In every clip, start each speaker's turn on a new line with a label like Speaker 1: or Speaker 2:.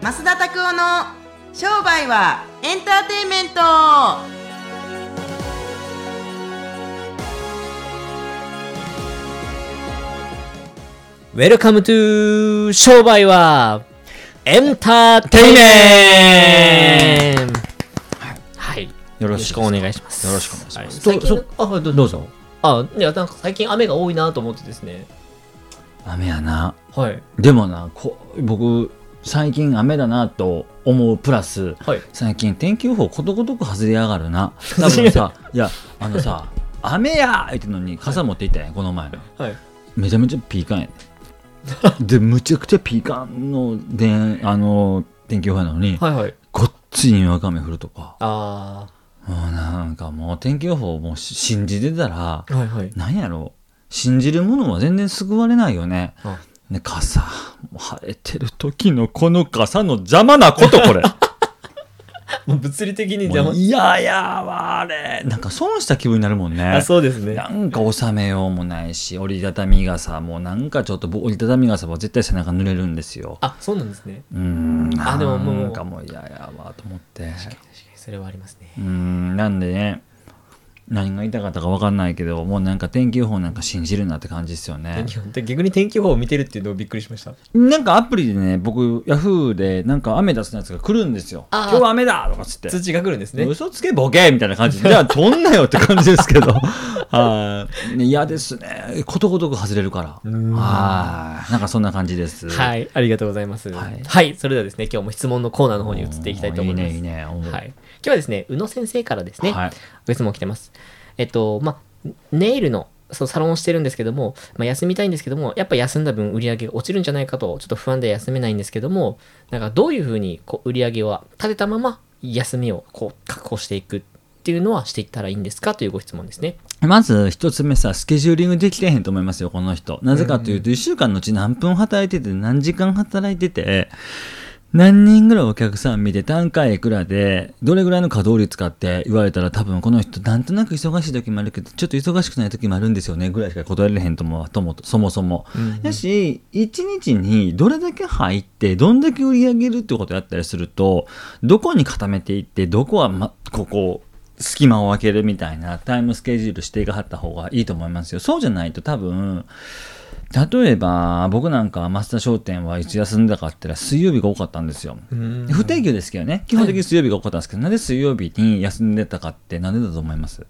Speaker 1: 増田拓夫の商売はエンターテインメント
Speaker 2: ウェルカムトゥー商売はエンターテイメントはい。
Speaker 3: よ
Speaker 2: よ
Speaker 3: ろ
Speaker 2: ろ
Speaker 3: し
Speaker 2: し
Speaker 3: く
Speaker 2: くお
Speaker 3: お願
Speaker 2: 願
Speaker 3: い
Speaker 2: い
Speaker 3: し
Speaker 2: し
Speaker 3: ま
Speaker 2: ますす。はい
Speaker 3: ど
Speaker 2: 最近
Speaker 3: そあどどうぞ
Speaker 2: あ、いや、なんか最近雨が多いなと思ってですね。
Speaker 3: 雨やな
Speaker 2: はい。
Speaker 3: でもなこ僕最近雨だなと思うプラス、
Speaker 2: はい
Speaker 3: 最近天気予報ことごとく外れやがるな多 分さいやあのさ雨やーってのに傘持っていったやんこの前
Speaker 2: はい。
Speaker 3: めちゃめちゃピーカンやででむちゃくちゃピーカンのであの天気予報やのに、
Speaker 2: はいはい。
Speaker 3: こっちににわか雨降るとか
Speaker 2: あ
Speaker 3: もうなんかもう天気予報もし信じてたら
Speaker 2: ー。はいはい。
Speaker 3: なんやろ信じるものは全然救われないよね。
Speaker 2: あ
Speaker 3: ね、傘。もう晴れてる時のこの傘の邪魔なこと、これ。
Speaker 2: もう 物理的に 邪
Speaker 3: も
Speaker 2: 魔
Speaker 3: う。いやいやわ、あれ。なんか損した気分になるもんね
Speaker 2: あ、。そうですね。
Speaker 3: なんか収めようもないし、折りたたみ傘もなんかちょっと、折りたたみ傘は絶対背中濡れるんですよ。
Speaker 2: あ、そうなんですね。
Speaker 3: うーん。
Speaker 2: あでももう
Speaker 3: なんかもう嫌やわ、と思って。
Speaker 2: 確かにそれはありますね。
Speaker 3: うーん、なんでね。何が言いたかったか分かんないけど、もうなんか天気予報なんか信じるなって感じですよね。
Speaker 2: 天気予報で逆に天気予報を見てるっていうのをびっくりしました。
Speaker 3: なんかアプリでね、僕、ヤフーでなんか雨出すやつが来るんですよ。
Speaker 2: あ
Speaker 3: 今
Speaker 2: ー
Speaker 3: 日は雨だとかっつっ て。
Speaker 2: 通知が来るんですね。
Speaker 3: 嘘つけボケみたいな感じで、じゃあ飛んなよって感じですけど。はいね嫌ですね。ことごとく外れるから。
Speaker 2: うん
Speaker 3: はい。なんかそんな感じです。。
Speaker 2: はいい、ありがとうございます。
Speaker 3: はい
Speaker 2: はい、それではですね、今日も質問のコーナーの方に移っていきたいと思います。
Speaker 3: いいね、いいね。おう
Speaker 2: はい、今日はですね、宇野先生からですね、
Speaker 3: はい。
Speaker 2: ご質問来てます。えっと、まあ、ネイルのそうサロンをしてるんですけども、まあ、休みたいんですけども、やっぱ休んだ分売り上げが落ちるんじゃないかと、ちょっと不安で休めないんですけども、なんかどういうふうにこう売り上げは立てたまま休みをこう確保していくっていうのはしていったらいいんですかというご質問ですね。
Speaker 3: まず一つ目さ、スケジューリングできてへんと思いますよ、この人。なぜかというと、一週間のうち何分働いてて、何時間働いてて、何人ぐらいお客さん見て、単価いくらで、どれぐらいの稼働率かって言われたら、多分この人、なんとなく忙しい時もあるけど、ちょっと忙しくない時もあるんですよね、ぐらいしか答えられへんと思うわ、ともと、そもそも。やし、一日にどれだけ入って、どんだけ売り上げるってことやったりすると、どこに固めていって、どこは、ま、ここ、隙間を空けるみたいなタイムスケジュールしていかはった方がいいと思いますよ。そうじゃないと多分、例えば僕なんかマスター商店はいつ休んだかって言ったら水曜日が多かったんですよ。
Speaker 2: うん
Speaker 3: 不定休ですけどね、基本的に水曜日が多かったんですけど、なんで水曜日に休んでたかってなんでだと思います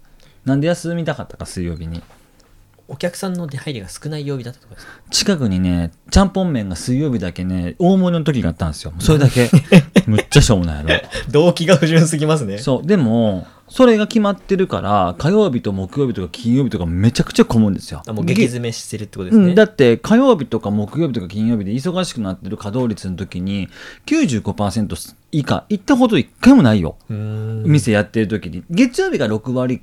Speaker 3: なんで休みたかったか水曜日に。
Speaker 2: お客さんの出入りが少ない曜日だったとかですか
Speaker 3: 近くにね、ちゃんぽん麺が水曜日だけね、大盛りの時があったんですよ。それ だけ。むっちゃしょうもないやろ。
Speaker 2: 動機が不純すぎますね
Speaker 3: そう、でも、それが決まってるから、火曜日と木曜日とか金曜日とかめちゃくちゃ混むんですよ。
Speaker 2: あもう激詰めしてるってことです
Speaker 3: う
Speaker 2: ね。
Speaker 3: ん、だって火曜日とか木曜日とか金曜日で忙しくなってる稼働率の時に95%以下行ったこと一回もないよ、
Speaker 2: うーん
Speaker 3: 店やってる時に月曜日が6割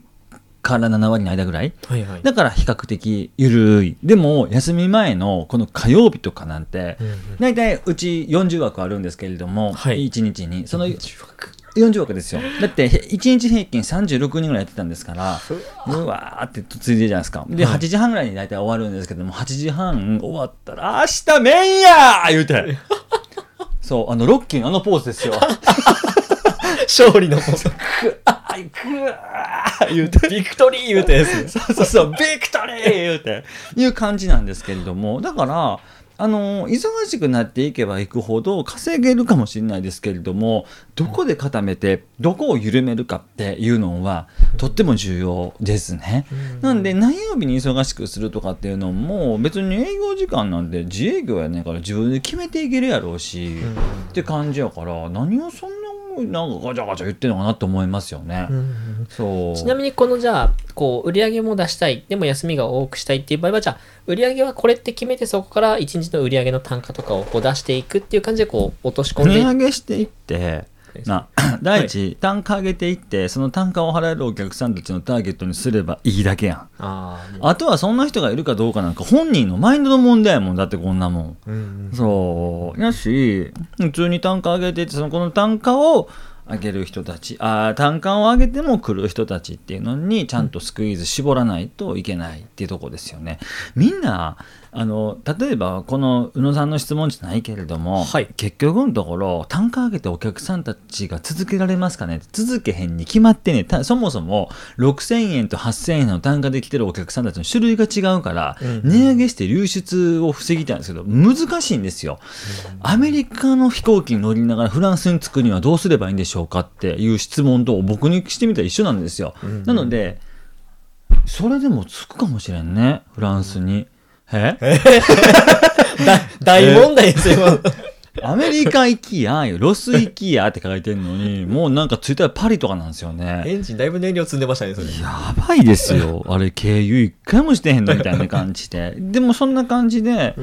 Speaker 3: から7割の間ぐらい
Speaker 2: はいはい。
Speaker 3: だから比較的緩いでも休み前のこの火曜日とかなんて、
Speaker 2: うんうん
Speaker 3: 大体うち40枠あるんですけれども、
Speaker 2: はい
Speaker 3: 1日にその40枠ですよだって1日平均36人ぐらいやってたんですからうわーってついでるじゃないですかで、
Speaker 2: はい
Speaker 3: 8時半ぐらいに大体終わるんですけども8時半終わったら明日麺やー言 うてそうあのロッキーのあのポーズですよ
Speaker 2: 勝利の法則。
Speaker 3: あいくー 言うて
Speaker 2: ビクトリー言うたやつ。
Speaker 3: そうそうそう、ビクトリー言うて、いう感じなんですけれども、だから、あの忙しくなっていけばいくほど稼げるかもしれないですけれどもどこで固めてどこを緩めるかっていうのはとっても重要ですね。なんで何曜日に忙しくするとかっていうのも別に営業時間なんて自営業やねんから自分で決めていけるやろうし
Speaker 2: ん
Speaker 3: って感じやから何をそんななんかガチャガチャ言ってるのかなと思いますよね。そう
Speaker 2: ちなみにこのじゃあこう売り上げも出したいでも休みが多くしたいっていう場合はじゃあ売り上げはこれって決めてそこから1日の売り上げの単価とかをこう出していくっていう感じでこう落とし込ん
Speaker 3: 値
Speaker 2: で
Speaker 3: 上げしていって
Speaker 2: です
Speaker 3: な第一、単価上げていってその単価を払えるお客さんたちのターゲットにすればいいだけやん
Speaker 2: あーもう
Speaker 3: あとはそんな人がいるかどうかなんか本人のマインドの問題やもんだってこんなもんそうやし普通に単価上げていってそのこの単価を上げる人たちあー単価を上げても来る人たちっていうのにちゃんとスクイーズ絞らないといけないっていうとこですよねみんなあの例えばこの宇野さんの質問じゃないけれども、
Speaker 2: はい
Speaker 3: 結局のところ単価上げてお客さんたちが続けられますかね続けへんに決まってねたそもそも6000円と8000円の単価で来てるお客さんたちの種類が違うから、
Speaker 2: うん
Speaker 3: 値上げして流出を防ぎたいんですけど難しいんですよ、アメリカの飛行機に乗りながらフランスに着くにはどうすればいいんでしょうかっていう質問と僕にしてみたら一緒なんですよ、
Speaker 2: ん
Speaker 3: なのでそれでも着くかもしれんねフランスに、え
Speaker 2: だ大問題ですよ、
Speaker 3: アメリカ行きや、ロス行きやって書いてんのに、もうなんか着いたらパリとかなんですよね。
Speaker 2: エンジンだいぶ燃料積んでましたねそれ
Speaker 3: やばいですよ。あれ、経由一回もしてへんのみたいな感じで。でもそんな感じで、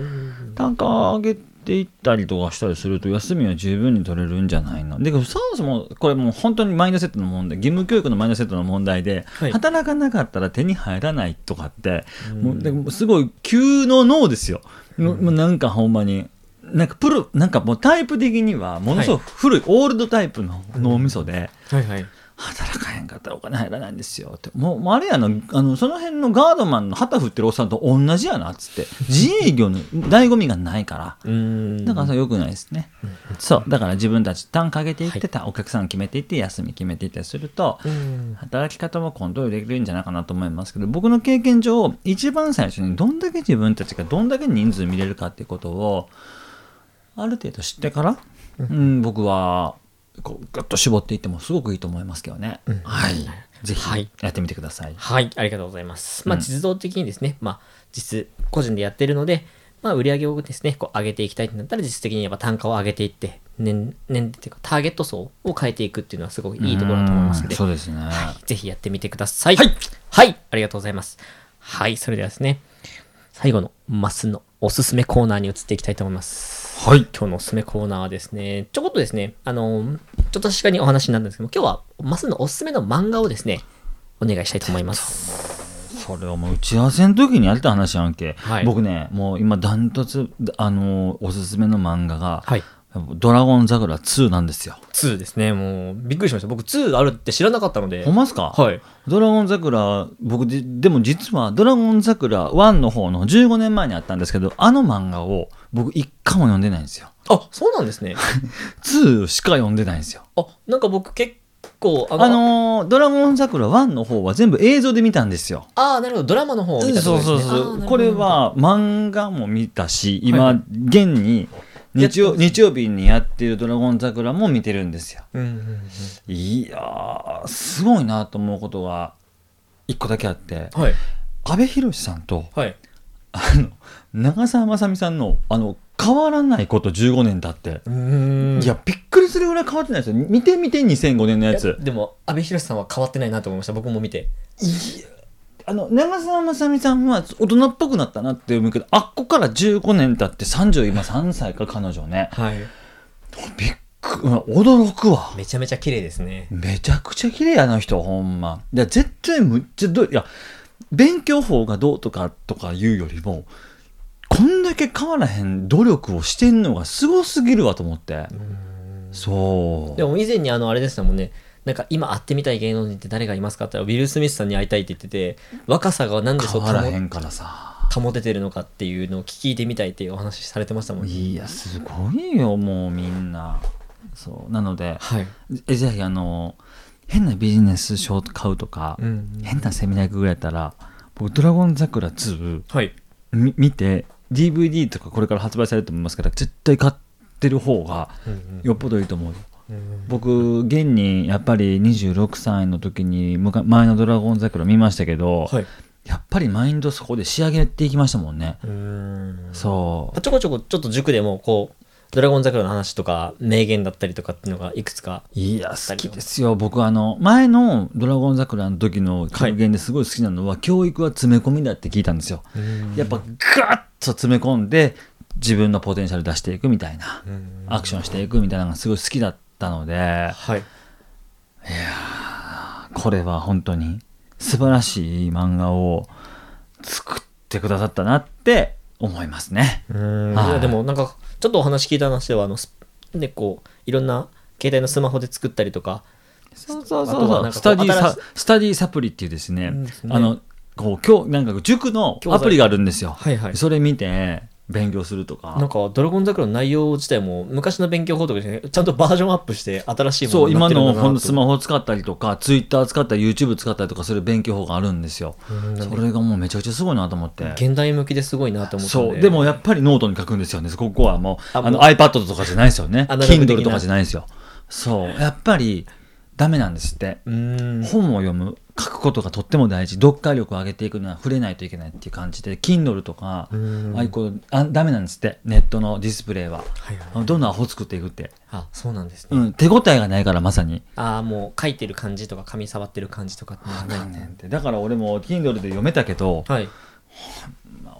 Speaker 3: 単価上げていったりとかしたりすると、休みは十分に取れるんじゃないの。で、そもそも、これもう本当にマインドセットの問題、義務教育のマインドセットの問題で、
Speaker 2: はい
Speaker 3: 働かなかったら手に入らないとかって、もうでもすごい急の脳ですよ。もうもうなんかほんまに。なんかプロなんかもうタイプ的にはものすごく古い、オールドタイプの脳みそで
Speaker 2: はいはい
Speaker 3: 働かへんかったらお金入らないんですよってもうもうあれやなあのその辺のガードマンの旗振ってるおっさんと同じやなっつって自営業の醍醐味がないから
Speaker 2: うん
Speaker 3: だからそれ良くないですね。そうだから自分たち単価上げていってた、お客さん決めていって休み決めていったりすると、
Speaker 2: うん
Speaker 3: 働き方もコントロールできるんじゃないかなと思いますけど僕の経験上一番最初にどんだけ自分たちがどんだけ人数見れるかっていうことをある程度知ってから、うん、僕はこうガッと絞っていってもすごくいいと思いますけどね、はいぜ
Speaker 2: は
Speaker 3: ひ
Speaker 2: い
Speaker 3: やってみてください、
Speaker 2: はい、ありがとうございます。まあ、
Speaker 3: うん
Speaker 2: 実動的にですね、まあ、実、個人でやってるので、まあ、売り上げをですね、こう上げていきたいってなったら、実質的にやっぱ単価を上げていって、年、年っていうか、ターゲット層を変えていくっていうのはすごくいいところだと思いますの
Speaker 3: うん
Speaker 2: で、
Speaker 3: そうですね、
Speaker 2: ぜひやってみてください。はい、はい、ありがとうございます。はい、それではですね、最後のマスのおすすめコーナーに移っていきたいと思います。
Speaker 3: はい
Speaker 2: 今日のおすすめコーナーはですね、ちょこっとですね、あの、ちょっと確かにお話になるんですけども、今日はマスのおすすめの漫画をですね、お願いしたいと思います。
Speaker 3: それをもう打ち合わせの時にやった話やんけ、
Speaker 2: はい
Speaker 3: 僕ねもう今ダントツあのおすすめの漫画が「
Speaker 2: はい。
Speaker 3: ドラゴン桜2」なんですよ
Speaker 2: 2ですね。もう、びっくりしました。僕、2あるって知らなかったので。
Speaker 3: ほんまっすか
Speaker 2: はい。
Speaker 3: ドラゴン桜僕じでも実は「ドラゴン桜1」の方の15年前にあったんですけどあの漫画を僕一回も読んでないんですよ
Speaker 2: あ、そうなんですね。
Speaker 3: 2しか読んでないんですよ
Speaker 2: あ、なんか僕、結構、あ
Speaker 3: あのードラゴン桜1」の方は全部映像で見たんですよ
Speaker 2: あーなるほど。ドラマの方を見たって
Speaker 3: そ
Speaker 2: こ
Speaker 3: う
Speaker 2: と
Speaker 3: そう
Speaker 2: ですね
Speaker 3: そ
Speaker 2: あー
Speaker 3: う
Speaker 2: なるほど
Speaker 3: これは漫画も見たし今、
Speaker 2: はい
Speaker 3: 現に日
Speaker 2: や
Speaker 3: 曜
Speaker 2: ってます
Speaker 3: 日曜日にやってる「ドラゴン桜」も見てるんですよ
Speaker 2: うんうんうん。
Speaker 3: いやーすごいなと思うことが一個だけあって
Speaker 2: はい。
Speaker 3: 阿部寛さんと
Speaker 2: はい。
Speaker 3: あの長澤まさみさんのあの変わらないこと15年経って、
Speaker 2: うん
Speaker 3: いやびっくりするぐらい変わってないですよ見て見て2005年のやつ
Speaker 2: でも、阿部寛さんは変わってないなと思いました。僕も見て。
Speaker 3: あの長澤まさみさんは大人っぽくなったなって思うけどあっこから15年経って30今3歳か彼女ね
Speaker 2: はい。
Speaker 3: びっく驚くわ
Speaker 2: めちゃめちゃ綺麗ですね。
Speaker 3: めちゃくちゃ綺麗やな人ほんまいや絶対むっちゃどいや勉強法がどうとかとか言うよりもこんだけ変わらへん努力をしてんのがすごすぎるわと思ってそう
Speaker 2: でも、以前にあの、あれでしたもんね。なんか今会ってみたい芸能人って誰がいますかって言ったらウィル・スミスさんに会いたいって言ってて若さがなんでそ
Speaker 3: 変
Speaker 2: う
Speaker 3: わらへ
Speaker 2: 保
Speaker 3: んからさ
Speaker 2: 保ててるのかっていうのを聞いてみたいっていうお話されてましたもんね。
Speaker 3: いやすごいよもうみんなそうなので
Speaker 2: はい。
Speaker 3: えぜひあの変なビジネス書を買うとか、
Speaker 2: ん
Speaker 3: 変なセミナー行くぐらいやったら僕「ドラゴン桜2
Speaker 2: はい。」
Speaker 3: み見て DVD とかこれから発売されると思いますから絶対買ってる方がよっぽどいいと思うよ、僕現にやっぱり26歳の時にむか前の「ドラゴン桜」見ましたけど、
Speaker 2: はい。
Speaker 3: やっぱりマインドそこで仕上げていきましたもんね、
Speaker 2: うん。
Speaker 3: そう
Speaker 2: ちょこちょこちょっと塾でもこう、ドラゴン桜の話とか名言だったりとかっていうのがいくつか。
Speaker 3: いや
Speaker 2: た
Speaker 3: 好
Speaker 2: り
Speaker 3: きですよ僕あの前の「ドラゴン桜」の時の格言ですごい好きなのは、教育は詰め込みだって聞いたんですよやっぱガッと詰め込んで自分のポテンシャル出していくみたいなアクションしていくみたいなのがすごい好きだったので
Speaker 2: はい。
Speaker 3: これは本当に素晴らしい漫画を作ってくださったなって思いますね
Speaker 2: うん。い
Speaker 3: はい
Speaker 2: やでもなんか、ちょっとお話聞いた話では、あの、スね、こう、いろんな携帯のスマホで作ったりとか、
Speaker 3: そうそう
Speaker 2: あとはなんかこう
Speaker 3: スタディ
Speaker 2: 新
Speaker 3: サ
Speaker 2: しい
Speaker 3: スタディサプリっていうですね
Speaker 2: うんですね
Speaker 3: あのこう今日なんか塾のアプリがあるんですよ、
Speaker 2: はいはい
Speaker 3: それ見て勉強するとか
Speaker 2: なんか「ドラゴン桜」の内容自体も昔の勉強法とかじゃなくてちゃんとバージョンアップして新しいも
Speaker 3: そ
Speaker 2: の
Speaker 3: う
Speaker 2: になっ
Speaker 3: 今
Speaker 2: てるんだ
Speaker 3: の
Speaker 2: なと
Speaker 3: ほんとスマホ使ったりとかツイッター使ったり YouTube 使ったりとかする勉強法があるんですよ
Speaker 2: うんなん
Speaker 3: そ
Speaker 2: で
Speaker 3: れがもうめちゃくちゃすごいなと思って
Speaker 2: 現代向きですごいなと思ったん
Speaker 3: そうでもやっぱりノートに書くんですよねここはもうあの iPad とかじゃないですよね
Speaker 2: アナログ的な
Speaker 3: Kindle とかじゃないですよそうやっぱりダメなんですって
Speaker 2: うーん
Speaker 3: 本を読む書くことがとっても大事読解力を上げていくのは触れないといけないっていう感じで Kindle とか
Speaker 2: うん
Speaker 3: ああいうこうあダメなんですってネットのディスプレイは
Speaker 2: はいはい
Speaker 3: あどんどんアホ作っていくって、
Speaker 2: あそうなんですね、
Speaker 3: うん、手応えがないからまさに
Speaker 2: ああもう書いてる感じとか紙触ってる感じとかっていうのは
Speaker 3: あ
Speaker 2: ない
Speaker 3: かんねんってだから俺も Kindle で読めたけど
Speaker 2: はい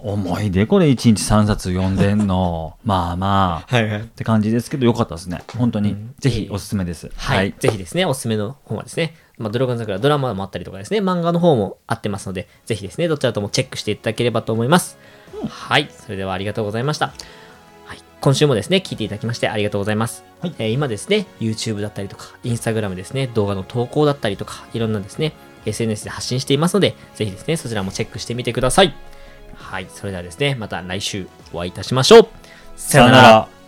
Speaker 3: 重いでこれ1日3冊読んでんのまあまあ
Speaker 2: はいはい
Speaker 3: って感じですけどよかったですね本当に、
Speaker 2: うん
Speaker 3: ぜひおすすめです
Speaker 2: はい、ぜひですね、おすすめの本はですね、まあ、ドラゴン桜ドラマもあったりとかですね、漫画の方もあってますので、ぜひですね、どちらともチェックしていただければと思います。はい、それではありがとうございました。はい、今週もですね、聞いていただきましてありがとうございます。
Speaker 3: はい
Speaker 2: えー今ですね、YouTube だったりとか、Instagram ですね、動画の投稿だったりとか、いろんなですね、SNS で発信していますので、ぜひですね、そちらもチェックしてみてください。はい、それではですね、また来週お会いいたしましょう。
Speaker 3: さよなら